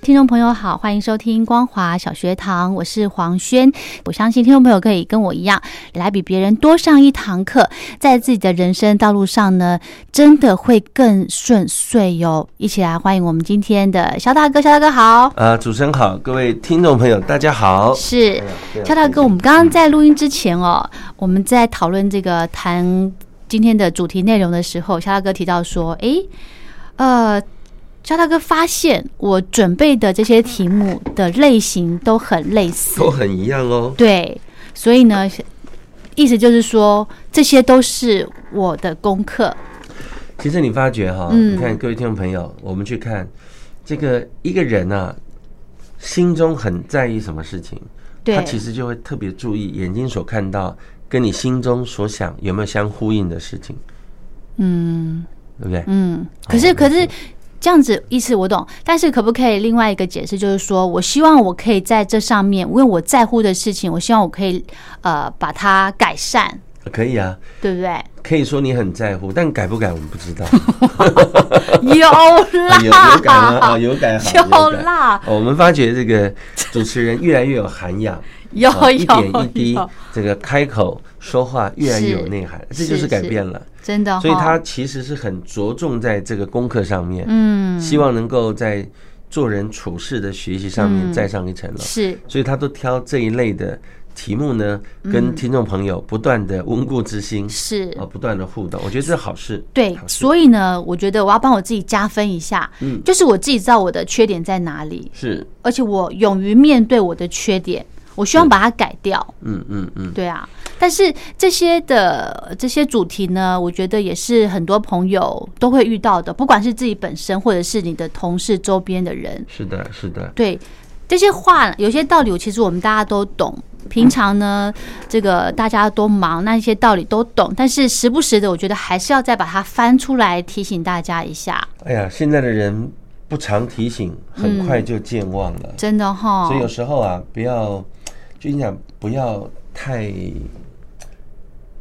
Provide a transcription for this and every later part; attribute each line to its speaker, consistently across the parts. Speaker 1: 听众朋友好，欢迎收听光华小学堂，我是黄轩。我相信听众朋友可以跟我一样，来比别人多上一堂课，在自己的人生道路上呢，真的会更顺遂哟、一起来欢迎我们今天的肖大哥，肖大哥好，
Speaker 2: 啊、主持人好，各位听众朋友，大家好。
Speaker 1: 是肖大哥。我们刚刚在录音之前哦，我们在讨论这个谈今天的主题内容的时候，肖大哥提到说，诶，呃，肖大哥发现我准备的这些题目的类型都很类似
Speaker 2: 都，很一样哦。
Speaker 1: 对，所以呢，意思就是说，这些都是我的功课。
Speaker 2: 其实你发觉哈、
Speaker 1: 嗯
Speaker 2: 你看各位听众朋友，我们去看这个一个人啊，心中很在意什么事情，
Speaker 1: 对
Speaker 2: 他其实就会特别注意眼睛所看到跟你心中所想有没有相呼应的事情，
Speaker 1: 嗯
Speaker 2: 对不对？
Speaker 1: 嗯，可是
Speaker 2: 好
Speaker 1: 可
Speaker 2: 没
Speaker 1: 是
Speaker 2: 错
Speaker 1: 这样子意思我懂，但是可不可以另外一个解释，就是说我希望我可以在这上面，因为我在乎的事情，我希望我可以呃把它改善，
Speaker 2: 可以啊，
Speaker 1: 对不对？
Speaker 2: 可以说你很在乎，但改不改我们不知 道。
Speaker 1: 有
Speaker 2: 啊有有改吗？
Speaker 1: 啦，
Speaker 2: 哦，有改好，
Speaker 1: 有
Speaker 2: 改
Speaker 1: 啦，
Speaker 2: 哦我们发觉这个主持人越来越有涵养。
Speaker 1: 有
Speaker 2: 啊一点
Speaker 1: 有
Speaker 2: 一滴
Speaker 1: 有，，
Speaker 2: 这个开口说话越来越有内涵，
Speaker 1: 是
Speaker 2: 这就是改
Speaker 1: 是
Speaker 2: 变了。
Speaker 1: 真的、哦，
Speaker 2: 所以他其实是很着重在这个功课上面，
Speaker 1: 嗯
Speaker 2: 希望能够在做人处事的学习上面
Speaker 1: 嗯
Speaker 2: 再上一层楼。
Speaker 1: 是
Speaker 2: 所以他都挑这一类的题目呢，跟听众朋友不断的温故知新
Speaker 1: 嗯是
Speaker 2: 啊，不断的互动，我觉得这是好事。
Speaker 1: 对，
Speaker 2: 好事
Speaker 1: 所以呢，我觉得我要帮我自己加分一下，
Speaker 2: 嗯
Speaker 1: 就是我自己知道我的缺点在哪里，
Speaker 2: 是，
Speaker 1: 而且我勇于面对我的缺点，我希望把它改掉，
Speaker 2: 嗯嗯嗯，
Speaker 1: 对啊。但是这些的这些主题呢，我觉得也是很多朋友都会遇到的，不管是自己本身，或者是你的同事周边的人，
Speaker 2: 是的，是的，
Speaker 1: 对这些话，有些道理其实我们大家都懂。平常呢，这个大家都忙，那些道理都懂，但是时不时的，我觉得还是要再把它翻出来提醒大家一下，
Speaker 2: 哎呀，现在的人不常提醒，
Speaker 1: 嗯
Speaker 2: 很快就健忘了。
Speaker 1: 真的哈
Speaker 2: 所。以有时候啊，不要，就你讲不要太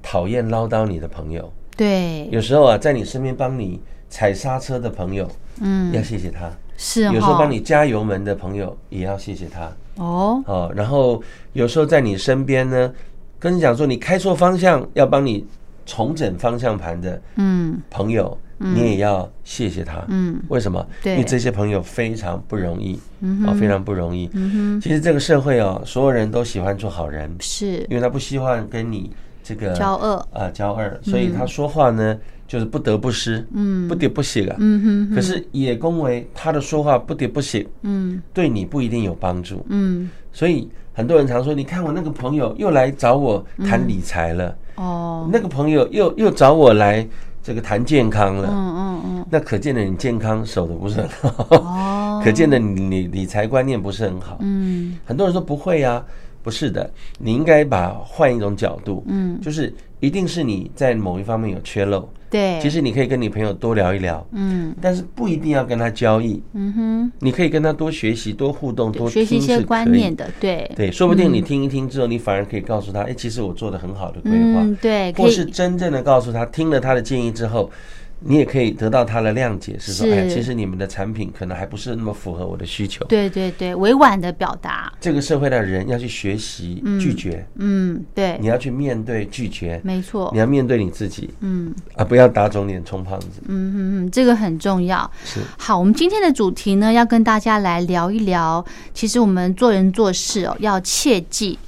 Speaker 2: 讨厌唠叨你的朋友。
Speaker 1: 对，
Speaker 2: 有时候啊，在你身边帮你踩刹车的朋友，
Speaker 1: 嗯，
Speaker 2: 要谢谢他；
Speaker 1: 是哦哈。
Speaker 2: 有时候帮你加油门的朋友，也要谢谢他。
Speaker 1: 哦，
Speaker 2: 哦，然后有时候在你身边呢，跟你讲说你开错方向，要帮你重整方向盘的
Speaker 1: 嗯
Speaker 2: 朋友，你也要谢谢他。
Speaker 1: 嗯
Speaker 2: 为什么？
Speaker 1: 对
Speaker 2: 因为这些朋友非常不容易，
Speaker 1: 嗯
Speaker 2: 啊、
Speaker 1: 哼
Speaker 2: 非常不容易。
Speaker 1: 嗯哼，
Speaker 2: 其实这个社会哦，所有人都喜欢做好人，
Speaker 1: 是
Speaker 2: 因为他不希望跟你这个
Speaker 1: 骄傲，
Speaker 2: 啊骄傲，所以他说话呢就是不得不失，
Speaker 1: 嗯
Speaker 2: 不得不写了。
Speaker 1: 嗯哼哼，
Speaker 2: 可是也恭维他的说话不得不写，
Speaker 1: 嗯
Speaker 2: 对你不一定有帮助。
Speaker 1: 嗯
Speaker 2: 所以很多人常说，你看我那个朋友又来找我谈理财了，
Speaker 1: 哦，
Speaker 2: 那个朋友又又找我来这个谈健康了。
Speaker 1: 嗯嗯
Speaker 2: 那可见的你健康守的不是很
Speaker 1: 嗯，
Speaker 2: 好，
Speaker 1: 哦，
Speaker 2: 可见的你你理财观念不是很好。
Speaker 1: 嗯
Speaker 2: 很多人说不会啊，不是的，你应该把换一种角度，
Speaker 1: 嗯，
Speaker 2: 就是一定是你在某一方面有缺漏，
Speaker 1: 对，
Speaker 2: 其实你可以跟你朋友多聊一聊，
Speaker 1: 嗯
Speaker 2: 但是不一定要跟他交易，
Speaker 1: 嗯哼，
Speaker 2: 你可以跟他多学习、多互动、多
Speaker 1: 学习一
Speaker 2: 听是
Speaker 1: 些
Speaker 2: 可以
Speaker 1: 观念。的，对嗯
Speaker 2: 对，说不定你听一听之后，你反而可以告诉他，哎，其实我做的很好的规划，
Speaker 1: 嗯对，可
Speaker 2: 或是
Speaker 1: 以
Speaker 2: 真正的告诉他，听了他的建议之后，你也可以得到他的谅解，是说，
Speaker 1: 是
Speaker 2: 哎，其实你们的产品可能还不是那么符合我的需求。
Speaker 1: 对对对，委婉的表达，
Speaker 2: 这个社会的人要去学习拒绝，
Speaker 1: 嗯对
Speaker 2: 你，要去面对拒绝，
Speaker 1: 没错
Speaker 2: 你，要面对你自己
Speaker 1: 嗯
Speaker 2: 啊，不要打肿脸充胖子。
Speaker 1: 嗯嗯嗯，这个很重要。
Speaker 2: 是
Speaker 1: 好，我们今天的主题呢，要跟大家来聊一聊，其实我们做人做事哦，要切记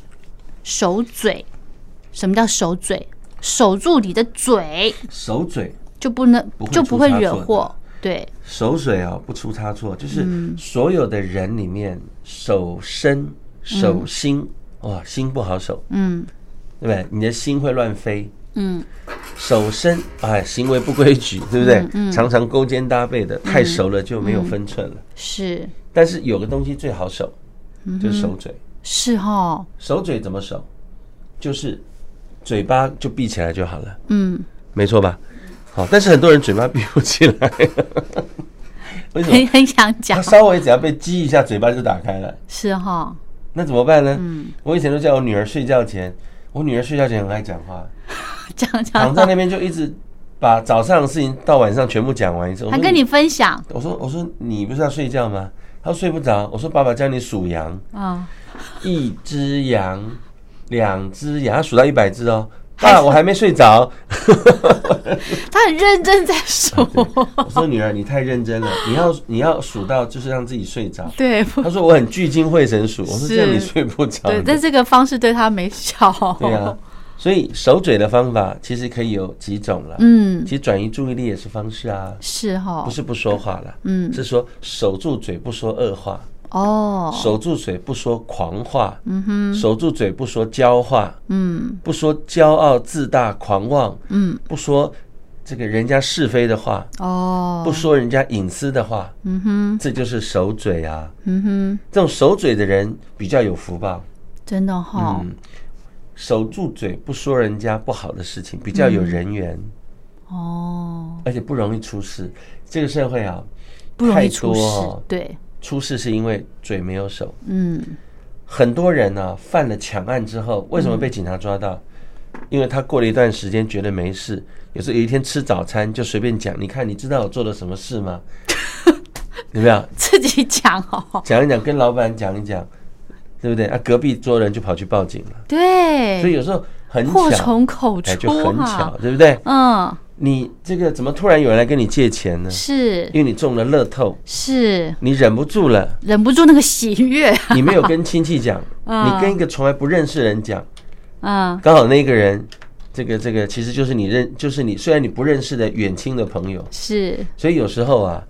Speaker 1: 守嘴。什么叫守嘴？守住你的嘴，
Speaker 2: 手嘴
Speaker 1: 就不能
Speaker 2: 不会
Speaker 1: 就不会
Speaker 2: 出差错
Speaker 1: 惹
Speaker 2: 的
Speaker 1: 祸。对，
Speaker 2: 手水啊、不出差错，
Speaker 1: 嗯
Speaker 2: 就是所有的人里面，手身、手心，哇，心不好手，
Speaker 1: 嗯
Speaker 2: 对不对？你的心会乱飞，
Speaker 1: 嗯，
Speaker 2: 手身哎，行为不规矩，对不
Speaker 1: 嗯
Speaker 2: 对？常常勾肩搭背的，太熟了就没有分寸了。
Speaker 1: 嗯是
Speaker 2: 但是有个东西最好守，
Speaker 1: 嗯
Speaker 2: 就是手嘴。
Speaker 1: 是哦哈，
Speaker 2: 手嘴怎么守？就是嘴巴就闭起来就好了，
Speaker 1: 嗯，
Speaker 2: 没错吧？好，但是很多人嘴巴闭不起 来，为什
Speaker 1: 很
Speaker 2: 么？
Speaker 1: 很想
Speaker 2: 他
Speaker 1: 讲，
Speaker 2: 稍微只要被激一下，嘴巴就打开了。
Speaker 1: 是哈，
Speaker 2: 那怎么办呢？
Speaker 1: 嗯
Speaker 2: 我以前都叫我女儿睡觉前，我女儿睡觉前很爱讲话，
Speaker 1: 讲
Speaker 2: 躺
Speaker 1: 讲
Speaker 2: 在
Speaker 1: 到，
Speaker 2: 那边就一直把早上的事情到晚上全部讲完一次。我
Speaker 1: 他
Speaker 2: 说
Speaker 1: 跟你，分享
Speaker 2: 我说我说你不是要睡觉吗？她说睡不着。我说爸爸教你数羊，
Speaker 1: 啊，
Speaker 2: 一只羊，两只羊，她数到一百只哦。
Speaker 1: 还
Speaker 2: 爸，我还没睡着。
Speaker 1: 他很认真在 说，
Speaker 2: 我说女儿，你太认真了，你要你要数到就是让自己睡着。
Speaker 1: 对不
Speaker 2: 她说我很聚精会神数，我说这样你睡不着
Speaker 1: 对
Speaker 2: 的。，
Speaker 1: 但这哦个方式对他没效。
Speaker 2: 对啊，所以守嘴的方法其实可以有几种了。
Speaker 1: 嗯
Speaker 2: 其，实转移注意力也是方式啊，
Speaker 1: 是哈
Speaker 2: 不，是不说话了，
Speaker 1: 嗯
Speaker 2: 是说守住嘴不说恶话，
Speaker 1: 哦，
Speaker 2: 守住嘴不说狂话，嗯哼，守住嘴不说骄话，
Speaker 1: 嗯
Speaker 2: 不说骄傲自大狂妄，
Speaker 1: 嗯，
Speaker 2: 不说这个人家是非的话，
Speaker 1: 哦，
Speaker 2: 不说人家隐私的话，
Speaker 1: 嗯哼，
Speaker 2: 这就是守嘴啊。
Speaker 1: 嗯哼，
Speaker 2: 这种守嘴的人比较有福报，
Speaker 1: 真的哈，
Speaker 2: 嗯，守住嘴不说人家不好的事情，比较有
Speaker 1: 嗯
Speaker 2: 人缘，
Speaker 1: 哦，
Speaker 2: 而且不容易出事。这个社会啊，
Speaker 1: 不容易
Speaker 2: 太
Speaker 1: 出
Speaker 2: 多
Speaker 1: 事
Speaker 2: 哦，
Speaker 1: 对，
Speaker 2: 出事是因为嘴没有守。
Speaker 1: 嗯，
Speaker 2: 很多人呢、犯了抢案之后，为什么被警察抓到？因为他过了一段时间觉得没事，有时候有一天吃早餐就随便讲，你看你知道我做了什么事 吗？有没有
Speaker 1: 自己讲哦，
Speaker 2: 讲一讲，跟老板讲一讲，对不对？啊，隔壁桌人就跑去报警了。
Speaker 1: 对，
Speaker 2: 所以有时候很
Speaker 1: 哎祸
Speaker 2: 巧，
Speaker 1: 从口
Speaker 2: 哎，就
Speaker 1: 出
Speaker 2: 很
Speaker 1: 哈、
Speaker 2: 巧，对不对？
Speaker 1: 嗯，
Speaker 2: 你这个怎么突然有人来跟你借钱呢？
Speaker 1: 是
Speaker 2: 因为你中了乐透，
Speaker 1: 是，
Speaker 2: 你忍不住了。
Speaker 1: 忍不住那个喜悦，
Speaker 2: 你没有跟亲戚 讲，
Speaker 1: 嗯
Speaker 2: 你跟一个从来不认识的人讲，
Speaker 1: 嗯，
Speaker 2: 刚好那个人，这个这个其实就是你认，就是你虽然你不认识的远亲的朋友，
Speaker 1: 是
Speaker 2: 所以有时候啊，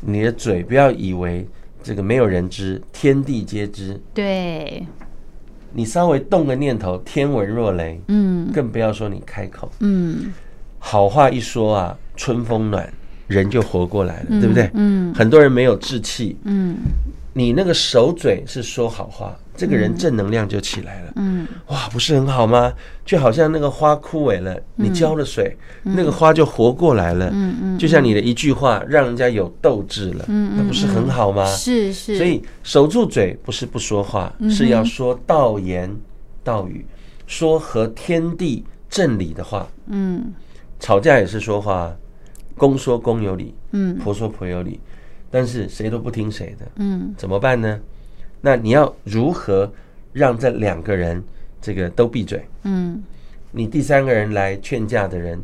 Speaker 2: 你的嘴不要以为这个没有人知，天地皆知，
Speaker 1: 对，
Speaker 2: 你稍微动个念头，天文若雷，
Speaker 1: 嗯
Speaker 2: 更不要说你开口，
Speaker 1: 嗯
Speaker 2: 好话一说啊，春风暖，人就活过来了，对不对？
Speaker 1: 嗯
Speaker 2: 很多人没有志气，
Speaker 1: 嗯
Speaker 2: 你那个手嘴是说好话，这个人正能量就起来了。
Speaker 1: 嗯，
Speaker 2: 哇，不是很好吗？就好像那个花枯萎了，你浇了水，那个花就活过来了。嗯嗯，就像你的一句话，让人家有斗志了。嗯那不是很好吗？
Speaker 1: 是是，
Speaker 2: 所以守住嘴不是不说话，是要说道言道语，说合天地正理的话。
Speaker 1: 嗯
Speaker 2: 吵架也是说话啊，公说公有理，
Speaker 1: 嗯
Speaker 2: 婆说婆有理，但是谁都不听谁的。
Speaker 1: 嗯
Speaker 2: 怎么办呢？那你要如何让这两个人这个都闭嘴？
Speaker 1: 嗯
Speaker 2: 你第三个人来劝架的人、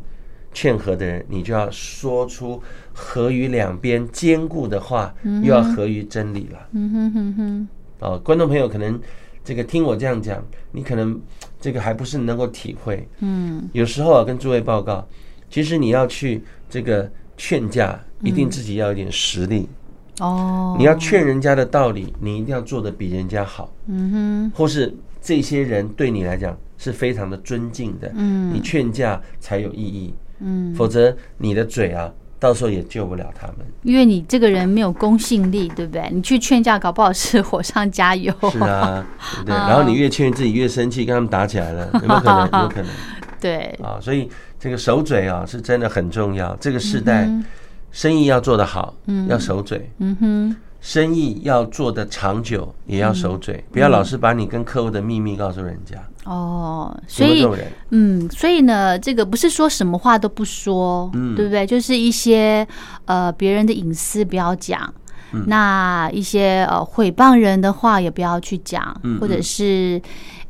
Speaker 2: 劝和的人，你就要说出合于两边兼顾的话，又要合于真理了。
Speaker 1: 嗯哼哼哼，
Speaker 2: 哦，观众朋友可能这个听我这样讲，你可能这个还不是能够体会。
Speaker 1: 嗯
Speaker 2: 有时候啊，跟诸位报告，其实你要去这个劝架，一定自己要有点实力。
Speaker 1: 嗯哦，
Speaker 2: 你要劝人家的道理，你一定要做得比人家好。
Speaker 1: 嗯哼
Speaker 2: 或是这些人对你来讲是非常的尊敬的，
Speaker 1: 嗯
Speaker 2: 你劝架才有意义，
Speaker 1: 嗯，
Speaker 2: 否则你的嘴啊，到时候也救不了他们。
Speaker 1: 因为你这个人没有公信力，对不对？你去劝架，搞不好是火上加油。
Speaker 2: 是啊，对 不对？然后你越劝自己越生气，跟他们打起来了，有没有可能？有没有可能
Speaker 1: 对，
Speaker 2: 啊！所以这个守嘴啊，是真的很重要。这个时代，生意要做得好，要守嘴。
Speaker 1: 嗯哼，
Speaker 2: 生意要做得长久，也要守嘴，
Speaker 1: 嗯
Speaker 2: 不要老是把你跟客户的秘密告诉人家。
Speaker 1: 哦，所
Speaker 2: 有没有
Speaker 1: 以
Speaker 2: 这种人？
Speaker 1: 嗯，所以呢，这个不是说什么话都不说，
Speaker 2: 嗯
Speaker 1: 对不对？就是一些呃别人的隐私不要讲，
Speaker 2: 嗯
Speaker 1: 那一些呃毁谤人的话也不要去讲，
Speaker 2: 嗯
Speaker 1: 或者是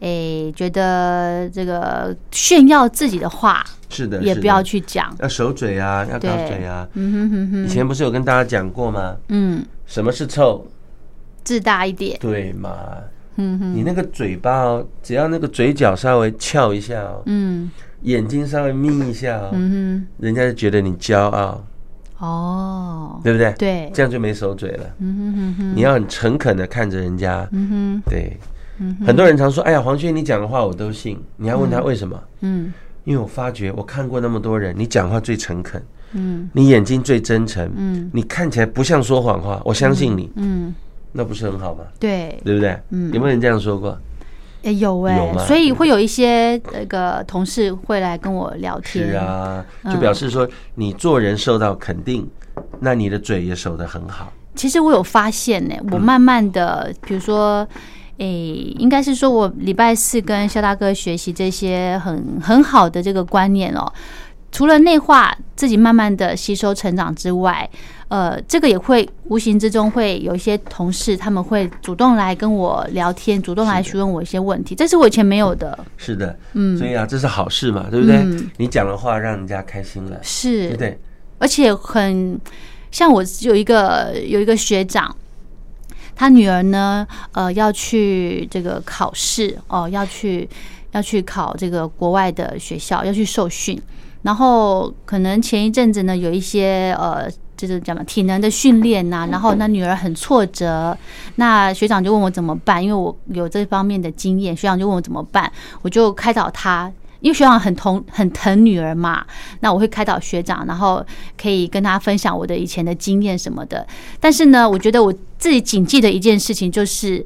Speaker 1: 诶觉得这个炫耀自己的话
Speaker 2: 是的，
Speaker 1: 也
Speaker 2: 是
Speaker 1: 不要
Speaker 2: 的
Speaker 1: 去讲。
Speaker 2: 要守嘴啊，要搞
Speaker 1: 对
Speaker 2: 嘴啊。
Speaker 1: 嗯哼哼哼，
Speaker 2: 以前不是有跟大家讲过吗？
Speaker 1: 嗯，
Speaker 2: 什么是臭？
Speaker 1: 自大一点，
Speaker 2: 对嘛？
Speaker 1: 嗯哼
Speaker 2: 你那个嘴巴哦，只要那个嘴角稍微翘一下哦，
Speaker 1: 嗯
Speaker 2: 眼睛稍微眯一下哦，
Speaker 1: 嗯
Speaker 2: 人家就觉得你骄傲，
Speaker 1: 哼，哦，
Speaker 2: 对不对？
Speaker 1: 对，
Speaker 2: 这样就没手嘴了。
Speaker 1: 嗯哼哼哼，
Speaker 2: 你要很诚恳的看着人家，
Speaker 1: 嗯哼
Speaker 2: 对。很多人常说：“哎呀，黄轩，你讲的话我都信。”你还问他为什么？
Speaker 1: 嗯
Speaker 2: 因为我发觉我看过那么多人，你讲话最诚恳，
Speaker 1: 嗯
Speaker 2: 你眼睛最真诚，
Speaker 1: 嗯
Speaker 2: 你看起来不像说谎话，我相信你，
Speaker 1: 嗯，
Speaker 2: 那不是很好吗？
Speaker 1: 对，
Speaker 2: 对不对？
Speaker 1: 嗯
Speaker 2: 有没有人这样说过？
Speaker 1: 诶有哎、
Speaker 2: 有嘛
Speaker 1: 所以会有一些呃那个同事会来跟我聊天，
Speaker 2: 是啊，
Speaker 1: 嗯
Speaker 2: 就表示说你做人受到肯定，那你的嘴也守得很好。
Speaker 1: 其实我有发现呢、
Speaker 2: 嗯
Speaker 1: 我慢慢的，比如说，诶、应该是说我礼拜四跟肖大哥学习这些很很好的这个观念哦。除了内化自己慢慢的吸收成长之外，呃，这个也会无形之中会有一些同事他们会主动来跟我聊天，主动来询问我一些问题，这是我以前没有的。
Speaker 2: 是的，
Speaker 1: 嗯
Speaker 2: 所以啊，这是好事嘛，对不对？
Speaker 1: 嗯
Speaker 2: 你讲的话让人家开心了，对
Speaker 1: 是
Speaker 2: 不，对？
Speaker 1: 而且很像我有一个有一个学长，他女儿呢，呃，要去这个考试哦，要去要去考这个国外的学校，要去受训。然后可能前一阵子呢，有一些呃，这种讲嘛，体能的训练呐、然后那女儿很挫折，那学长就问我怎么办，因为我有这方面的经验，学长就问我怎么办，我就开导他。因为学长很疼很疼女儿嘛，那我会开导学长，然后可以跟他分享我的以前的经验什么的。但是呢，我觉得我自己谨记的一件事情就是，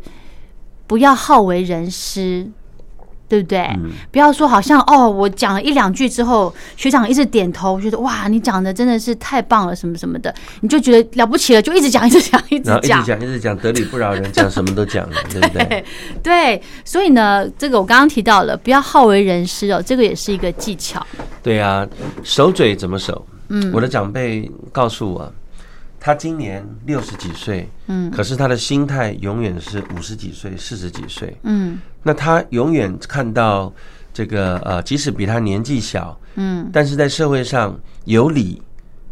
Speaker 1: 不要好为人师，对不对？不要说好像哦，我讲了一两句之后，学长一直点头，觉得哇，你讲的真的是太棒了，什么什么的，你就觉得了不起了，就一直讲，一直讲，一直
Speaker 2: 然后一
Speaker 1: 讲
Speaker 2: 直。讲，一直讲，得理不饶人，讲什么都讲了，对不对？
Speaker 1: 对，所以呢，这个我刚刚提到了，不要好为人师哦，这个也是一个技巧。
Speaker 2: 对啊，守嘴怎么守？嗯，我的长辈告诉我，他今年六十几岁，
Speaker 1: 嗯
Speaker 2: 可是他的心态永远是五十几岁、四十几岁。
Speaker 1: 嗯
Speaker 2: 那他永远看到这个呃，即使比他年纪小，
Speaker 1: 嗯
Speaker 2: 但是在社会上有理、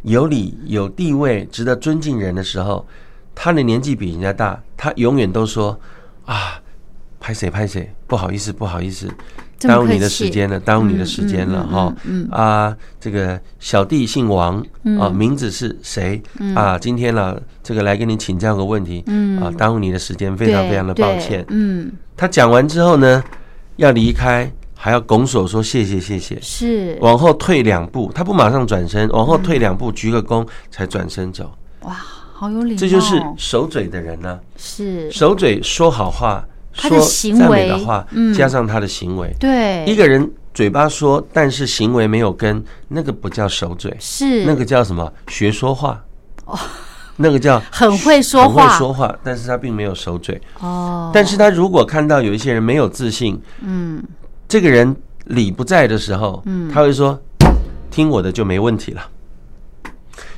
Speaker 2: 有理、有地位、值得尊敬人的时候，他的年纪比人家大，他永远都说啊，拍谁拍谁，不好意思，不好意思，
Speaker 1: 这么
Speaker 2: 耽误你
Speaker 1: 客
Speaker 2: 的
Speaker 1: 气
Speaker 2: 时间了，耽误你的时间了哈、
Speaker 1: 嗯
Speaker 2: 啊，这个小弟姓王啊，
Speaker 1: 嗯
Speaker 2: 名字是谁啊？今天呢，这个来跟你请教个问题
Speaker 1: 嗯
Speaker 2: 啊，耽误你的时间，非常
Speaker 1: 对
Speaker 2: 非常的抱歉
Speaker 1: 对。嗯，
Speaker 2: 他讲完之后呢，要离开，还要拱手说谢谢谢谢，
Speaker 1: 是
Speaker 2: 往后退两步，他不马上转身，往后退两步，鞠个躬才转身走，
Speaker 1: 哇，好有礼貌哦，
Speaker 2: 这就是守嘴的人呢、
Speaker 1: 是
Speaker 2: 守嘴说好话，
Speaker 1: 他的
Speaker 2: 说
Speaker 1: 行
Speaker 2: 赞美的
Speaker 1: 为
Speaker 2: 话
Speaker 1: 嗯，
Speaker 2: 加上他的行为，
Speaker 1: 对
Speaker 2: 一个人嘴巴说，但是行为没有跟，那个不叫守嘴，
Speaker 1: 是哦
Speaker 2: 那个叫什么？学说话。那个叫
Speaker 1: 很会说
Speaker 2: 很
Speaker 1: 话
Speaker 2: 会说话，但是他并没有守嘴。
Speaker 1: 哦，
Speaker 2: 但是他如果看到有一些人没有自信，
Speaker 1: 嗯
Speaker 2: 这个人理不在的时候，他会说听我的就没问题了。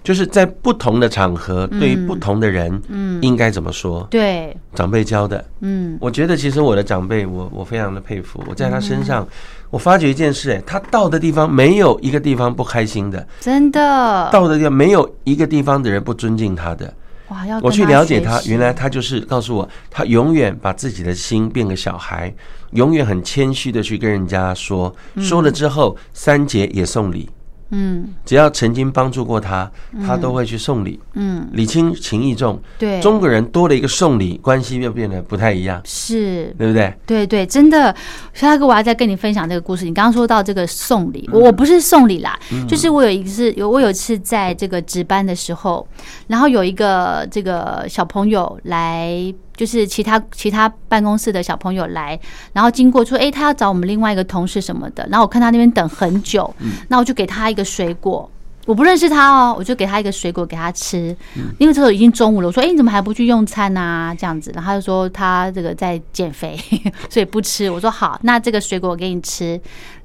Speaker 2: 就是在不同的场合，
Speaker 1: 嗯
Speaker 2: 对于不同的人，应该怎么说？
Speaker 1: 对
Speaker 2: 长辈教的，
Speaker 1: 嗯
Speaker 2: 我觉得其实我的长辈，我我非常的佩服。我在他身
Speaker 1: 嗯
Speaker 2: 上，我发觉一件事，哎，他到的地方没有一个地方不开心的，
Speaker 1: 真的
Speaker 2: 到的地方没有一个地方的人不尊敬他的。
Speaker 1: 哇要哦
Speaker 2: 我
Speaker 1: 跟
Speaker 2: 去了解
Speaker 1: 学
Speaker 2: 他，
Speaker 1: 习
Speaker 2: 原来他就是告诉我，他永远把自己的心变个小孩，永远很谦虚的去跟人家说，说了之后三节也送礼，
Speaker 1: 嗯
Speaker 2: 只要曾经帮助过他，他都会去送礼，
Speaker 1: 嗯
Speaker 2: 礼轻情意重。
Speaker 1: 对
Speaker 2: 中国人多了一个送礼，关系又变得不太一样，
Speaker 1: 是
Speaker 2: 对不对？
Speaker 1: 对对，真的，肖大哥，我要再跟你分享这个故事。你刚刚说到这个送礼，我我不是送礼啦，就是我有一次有我有一次在这个值班的时候，然后有一个这个小朋友来，就是其他其他办公室的小朋友来，然后经过说，哎，他要找我们另外一个同事什么的，然后我看他那边等很久，那我就给他一个水果。我不认识他哦，我就给他一个水果给他吃，因为这时候已经中午了。我说：“哎、你怎么还不去用餐啊？”这样子，然后他就说他这个在减肥， 所以不吃。我说：“好，那这个水果我给你吃，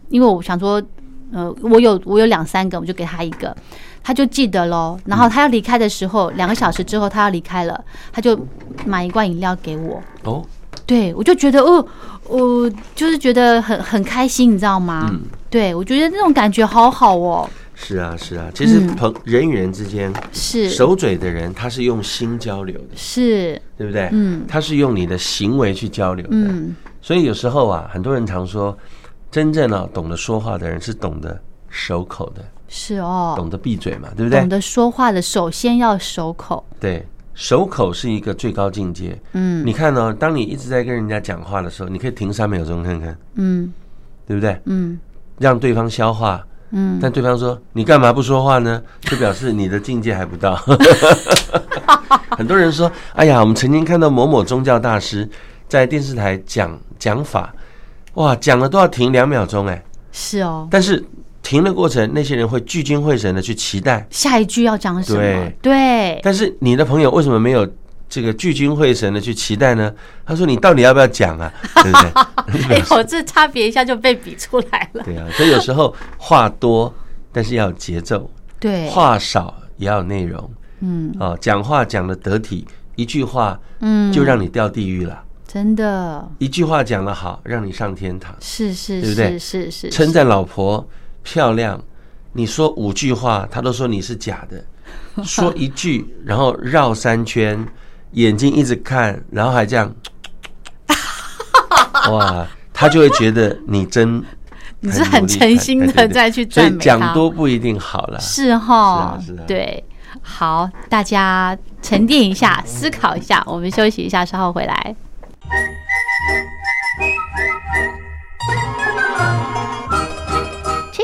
Speaker 1: 因为我想说，呃，我有我有两三个，我就给他一个，他就记得喽。然后他要离开的时候，两个小时之后他要离开了，他就买一罐饮料给我。
Speaker 2: 哦，
Speaker 1: 对，我就觉得哦，我就是觉得很很开心，你知道吗？对，我觉得那种感觉好好哦。
Speaker 2: 是啊，是啊，其实朋人与人之间，
Speaker 1: 嗯是
Speaker 2: 守嘴的人他是用心交流的，
Speaker 1: 是，
Speaker 2: 对不对？
Speaker 1: 嗯
Speaker 2: 他是用你的行为去交流的。
Speaker 1: 嗯，
Speaker 2: 所以有时候啊，很多人常说，真正啊懂得说话的人是懂得守口的，
Speaker 1: 是哦，
Speaker 2: 懂得闭嘴嘛，对不
Speaker 1: 懂
Speaker 2: 对？
Speaker 1: 得说话的首先要守口，
Speaker 2: 对，守口是一个最高境界。
Speaker 1: 嗯
Speaker 2: 你看哦，当你一直在跟人家讲话的时候，你可以停三秒钟看看，
Speaker 1: 嗯
Speaker 2: 对不对？
Speaker 1: 嗯
Speaker 2: 让对方消化。
Speaker 1: 嗯，
Speaker 2: 但对方说你干嘛不说话呢？ 就表示你的境界还不到。 很多人说，哎呀，我们曾经看到某某宗教大师在电视台讲讲法，哇，讲了都要停两秒钟哎，
Speaker 1: 是哦。
Speaker 2: 但是停的过程，那些人会聚精会神的去期待。
Speaker 1: 下一句要讲什么
Speaker 2: 对？
Speaker 1: 对，
Speaker 2: 但是你的朋友为什么没有这个聚精会神的去期待呢？他说你到底要不要讲啊？对不对？
Speaker 1: 哎呦，这差别一下就被比出来了。
Speaker 2: 对啊，所以有时候话多，但是要有节奏；
Speaker 1: 对，
Speaker 2: 话少也要有内容。
Speaker 1: 嗯
Speaker 2: 啊，讲话讲的得体，一句话
Speaker 1: 嗯，
Speaker 2: 就让你掉地狱了，
Speaker 1: 真的
Speaker 2: 一句话讲得好，让你上天堂。
Speaker 1: 是是
Speaker 2: 对不对
Speaker 1: 是是是
Speaker 2: 称赞老婆漂亮，你说五句话，她都说你是假 的，说一句，然后绕三圈，眼睛一直看，然后还 这样，哇，她就会觉得你真。
Speaker 1: 你是很
Speaker 2: 努力哎
Speaker 1: 诚心地
Speaker 2: 对对对
Speaker 1: 再去赞美
Speaker 2: 所以讲
Speaker 1: 她
Speaker 2: 多不一定好了。
Speaker 1: 是哈
Speaker 2: 是啊是啊，
Speaker 1: 对，好，大家沉淀一下，思考一下，我们休息一下，稍后回来。
Speaker 3: 吹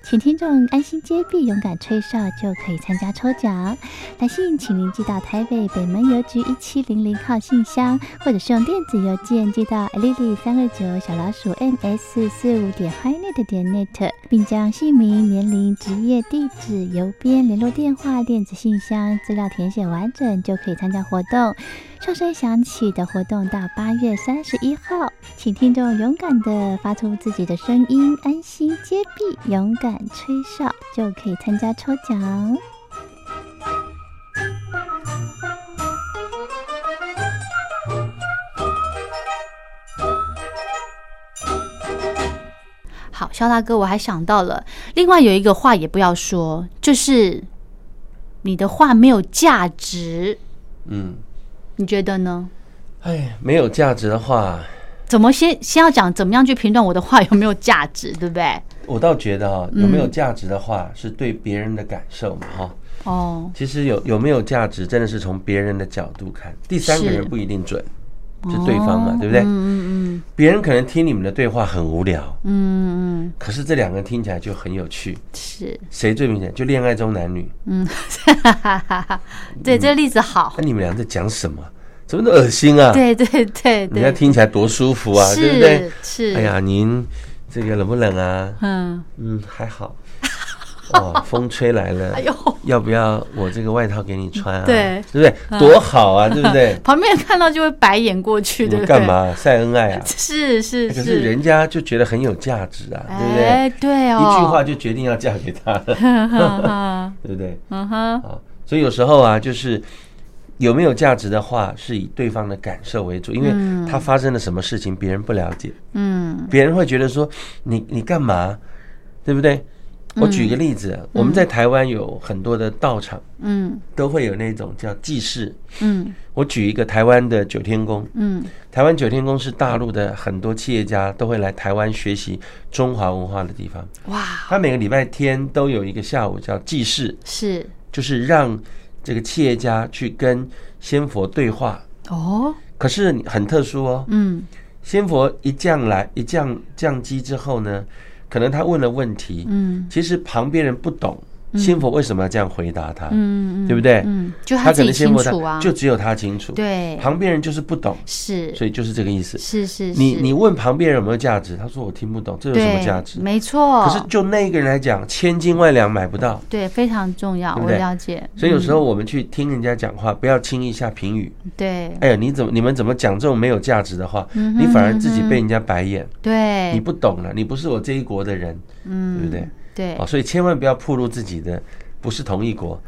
Speaker 3: 请听众安心接币，勇敢吹哨就可以参加抽奖。来信请您寄到台北北门邮局一七零零号信箱，或者是用电子邮件寄到 lily 三二九小老鼠 ms 四五点 highnet 点 net，并将姓名、年龄、职业、地址、邮编、联络电话、电子信箱资料填写完整，就可以参加活动。哨声响起的活动到八月三十一号，请听众勇敢的发出自己的声音，安心接币，勇敢吹哨就可以参加抽奖。
Speaker 1: 好，肖大哥，我还想到了，另外有一个话也不要说，就是你的话没有价值，
Speaker 2: 嗯，
Speaker 1: 你觉得呢？
Speaker 2: 哎，没有价值的话，
Speaker 1: 怎么先先要讲怎么样去评断我的话有没有价值，对不对？
Speaker 2: 我倒觉得啊，有没有价值的话，是对别人的感受嘛，哈。
Speaker 1: 哦，
Speaker 2: 其实有有没有价值，真的是从别人的角度看，第三个
Speaker 1: 是
Speaker 2: 人不一定准，是对方嘛，
Speaker 1: 哦
Speaker 2: 对不对？
Speaker 1: 嗯嗯
Speaker 2: 别人可能听你们的对话很无聊，
Speaker 1: 嗯嗯嗯，
Speaker 2: 可是这两个人听起来就很有趣。
Speaker 1: 是，
Speaker 2: 谁最明显？就恋爱中男女，
Speaker 1: 嗯，哈哈哈
Speaker 2: 嗯
Speaker 1: 哈，对，这个例子好，
Speaker 2: 那你们俩在讲什么？怎么那么恶心啊？
Speaker 1: 对对对
Speaker 2: 人家
Speaker 1: 对，
Speaker 2: 听起来多舒服啊，对不对
Speaker 1: 是？是，
Speaker 2: 哎呀，您这个冷不冷 啊？
Speaker 1: 嗯，
Speaker 2: 嗯，还好。哦，风吹来了，
Speaker 1: 哎呦，
Speaker 2: 要不要我这个外套给你穿啊？
Speaker 1: 对？
Speaker 2: 对不对？多好啊，对不对
Speaker 1: 旁边人看到就会白眼过去，
Speaker 2: 你
Speaker 1: 对
Speaker 2: 们
Speaker 1: 不对？
Speaker 2: 干？嘛晒恩爱啊？
Speaker 1: 是是
Speaker 2: 可是人家就觉得很有价值啊，对不对？
Speaker 1: 哎，对哦，
Speaker 2: 一句话就决定要嫁给他了，
Speaker 1: 话，
Speaker 2: 对不对？
Speaker 1: 嗯哼，
Speaker 2: 啊，所以有时候啊，就是有没有价值的话，是以对方的感受为主，因为他发生了什么事情，别人不了解，
Speaker 1: 嗯
Speaker 2: 别人会觉得说你你干嘛，对不对？
Speaker 1: 嗯
Speaker 2: 我举个例子，我们在台湾有很多的道场，
Speaker 1: 嗯
Speaker 2: 都会有那种叫祭祀。
Speaker 1: 嗯
Speaker 2: 我举一个台湾的九天宫，
Speaker 1: 嗯，
Speaker 2: 台湾九天宫是大陆的很多企业家都会来台湾学习中华文化的地方。
Speaker 1: 哇，
Speaker 2: 他每个礼拜天都有一个下午叫祭祀，
Speaker 1: 是
Speaker 2: 就是让这个企业家去跟仙佛对话。
Speaker 1: 哦，
Speaker 2: 可是很特殊哦，
Speaker 1: 嗯
Speaker 2: 仙佛一降来一降降机之后呢，可能他问了问题，
Speaker 1: 嗯
Speaker 2: 其实旁边人不懂，心佛为什么要这样回答他？
Speaker 1: 嗯，嗯
Speaker 2: 对不对
Speaker 1: 嗯，就他
Speaker 2: 哎他
Speaker 1: 自己
Speaker 2: 可能
Speaker 1: 清
Speaker 2: 心佛
Speaker 1: 楚啊，
Speaker 2: 他就只有他清楚，
Speaker 1: 对，
Speaker 2: 旁边人就是不懂，
Speaker 1: 是
Speaker 2: 所以就是这个意思。
Speaker 1: 是是，
Speaker 2: 你
Speaker 1: 是
Speaker 2: 你问旁边人有没有价值，他说我听不懂，这有
Speaker 1: 对，
Speaker 2: 什么价值？
Speaker 1: 没错，
Speaker 2: 可是就那个人来讲，千金万两买不到。
Speaker 1: 对非常重要，
Speaker 2: 对
Speaker 1: 我
Speaker 2: 不对
Speaker 1: 了解。
Speaker 2: 所以有时
Speaker 1: 候
Speaker 2: 候我们去听人家讲话，不要轻易下评语。
Speaker 1: 嗯对
Speaker 2: 哎呀，你怎么你们怎么讲这种没有价值的话？
Speaker 1: 嗯哼
Speaker 2: 你反而自己被人家白眼，
Speaker 1: 对，
Speaker 2: 你不懂了，你不是我这一国的人，对不
Speaker 1: 嗯，
Speaker 2: 对？
Speaker 1: 对
Speaker 2: 哦，所以千万不要暴露自己的不是同 一国，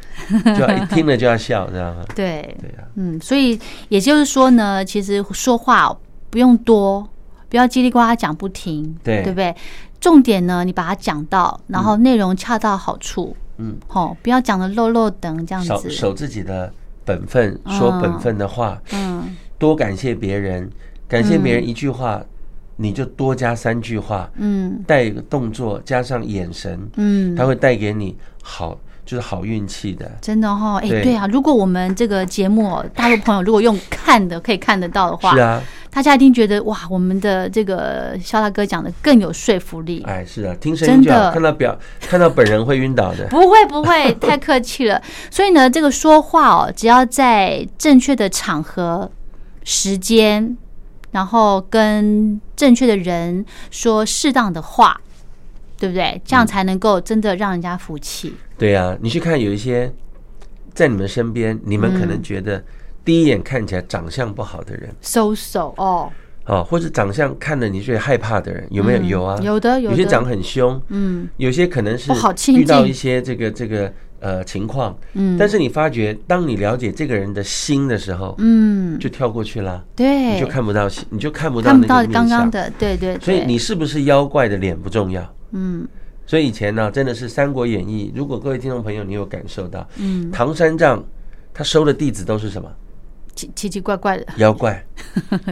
Speaker 2: 就要一听了就要笑，知道吗？
Speaker 1: 对
Speaker 2: 对啊呀、
Speaker 1: 嗯，所以也就是说呢，其实说话哦不用多，不要叽里呱啦讲不停，
Speaker 2: 对
Speaker 1: 对不对？重点呢，你把它讲到，然后内容恰到好处，
Speaker 2: 嗯，
Speaker 1: 吼，不要讲的漏漏等这样
Speaker 2: 守
Speaker 1: 子，
Speaker 2: 守自己的本分，说本分的话，
Speaker 1: 嗯，
Speaker 2: 多感谢别人，感谢别人一句话，你就多加三句话，
Speaker 1: 嗯
Speaker 2: 带一个动作加上眼神，
Speaker 1: 嗯，
Speaker 2: 它会带给你好，就是好运气的。
Speaker 1: 真的哈、哦，哎、
Speaker 2: 对
Speaker 1: 对啊，如果我们这个节目哦大陆朋友如果用看的可以看得到的话，
Speaker 2: 是啊，
Speaker 1: 大家一定觉得哇，我们的这个肖大哥讲的更有说服力。
Speaker 2: 哎，是啊，听声音就
Speaker 1: 真的
Speaker 2: 好，看到表看到本人会晕 倒的。
Speaker 1: 不会不会，太客气了。 所以呢，这个说话哦，只要在正确的场合、时间，然后跟正确的人说适当的话，对不对？这样才能够真的让人家服气。
Speaker 2: 对呀、你去看有一些在你们身边，你们可
Speaker 1: 嗯
Speaker 2: 能觉得第一眼看起来长相不好的人
Speaker 1: 收手哦，
Speaker 2: 啊，或者长相看了你觉得害怕的人，有没有？
Speaker 1: 嗯
Speaker 2: 有啊，
Speaker 1: 有的有的
Speaker 2: 些长很凶，
Speaker 1: 嗯
Speaker 2: 有些可能是
Speaker 1: 不好亲近
Speaker 2: 遇到一些这个这个呃情况，
Speaker 1: 嗯，
Speaker 2: 但是你发觉，当你了解这个人的心的时候，
Speaker 1: 嗯，
Speaker 2: 就跳过去啦，
Speaker 1: 对，
Speaker 2: 你就看不到，你就看不到
Speaker 1: 看
Speaker 2: 那
Speaker 1: 不到
Speaker 2: 个面
Speaker 1: 刚刚
Speaker 2: 相。
Speaker 1: 的，对对对，
Speaker 2: 所以你是不是妖怪的脸不重要。
Speaker 1: 嗯
Speaker 2: 所以以前呢、真的是《三国演义》，如果各位听众朋友你有感受到，
Speaker 1: 嗯，
Speaker 2: 唐三藏他收的弟子都是什么
Speaker 1: 奇奇奇怪怪 的，
Speaker 2: 妖怪，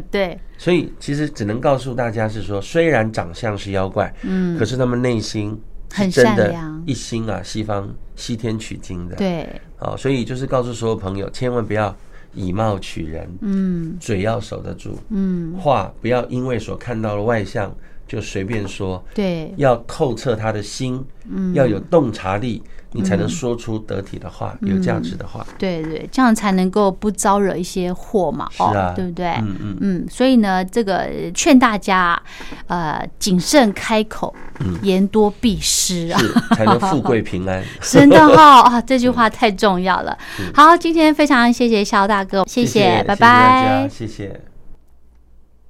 Speaker 1: 对，
Speaker 2: 所以其实只能告诉大家是说，虽然长相是妖怪，
Speaker 1: 嗯
Speaker 2: 可，是他们内心是
Speaker 1: 很
Speaker 2: 真
Speaker 1: 善
Speaker 2: 的
Speaker 1: 良，
Speaker 2: 一心啊，西方西天取经的，，
Speaker 1: 对，
Speaker 2: 啊、所以就是告诉所有朋友，千万不要以貌取人，
Speaker 1: 嗯
Speaker 2: 嘴要守得住，
Speaker 1: 嗯，
Speaker 2: 话不要因为所看到的外向就随便说，
Speaker 1: 对，
Speaker 2: 要透彻他的心，
Speaker 1: 嗯，
Speaker 2: 要有洞察力，你才能说出得体的话，
Speaker 1: 嗯
Speaker 2: 有价值的话。
Speaker 1: 对对，这样才能够不招惹一些祸嘛，
Speaker 2: 是
Speaker 1: 哦，
Speaker 2: 啊
Speaker 1: 对不对？
Speaker 2: 嗯嗯，
Speaker 1: 嗯，所以呢，这个呃劝大家，呃，谨慎开口，
Speaker 2: 嗯
Speaker 1: 言多必失 啊，
Speaker 2: 是才能富贵平安。
Speaker 1: 真的哦，啊，这句话太重要了。好，今天非常谢谢肖大哥，谢
Speaker 2: 嗯谢谢
Speaker 1: 拜
Speaker 2: 大
Speaker 1: 拜
Speaker 2: 家，。谢谢。